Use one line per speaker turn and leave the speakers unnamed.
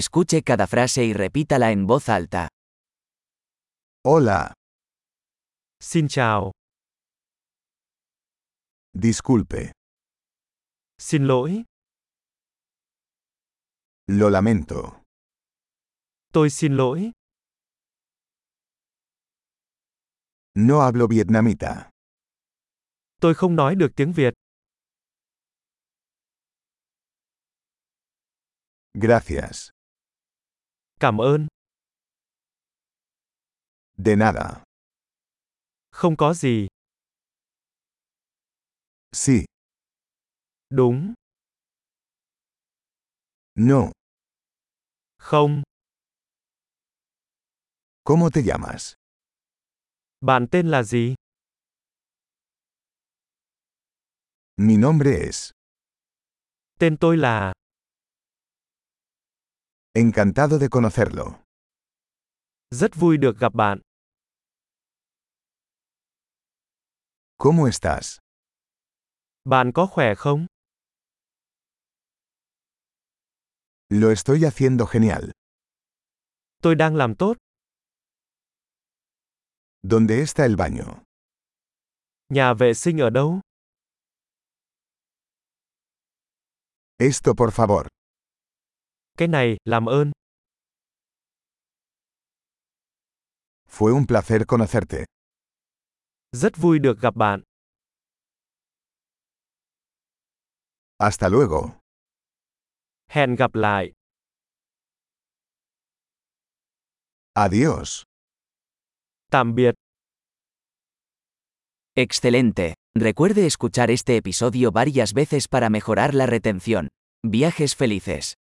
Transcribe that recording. Escuche cada frase y repítala en voz alta.
Hola,
Xin chào,
disculpe,
xin lỗi,
lo lamento,
tôi xin lỗi,
no hablo vietnamita,
tôi không nói được tiếng Việt,
gracias,
cảm ơn,
de nada,
không có gì,
sí,
đúng,
no,
không,
¿cómo te llamas?
bạn tên là gì?
Mi nombre es,
Tên tôi là,
encantado de conocerlo,
rất vui được gặp bạn,
¿cómo estás?
bạn có khỏe không?
Lo estoy haciendo genial,
Tôi đang làm tốt,
¿dónde está el baño?
nhà vệ sinh ở đâu?
Esto por favor,
Cái này, làm ơn,
fue un placer conocerte,
rất vui được gặp bạn,
hasta luego,
hẹn gặp lại,
adiós.
tạm biệt.
Excelente. Recuerde escuchar este episodio varias veces para mejorar la retención. Viajes felices.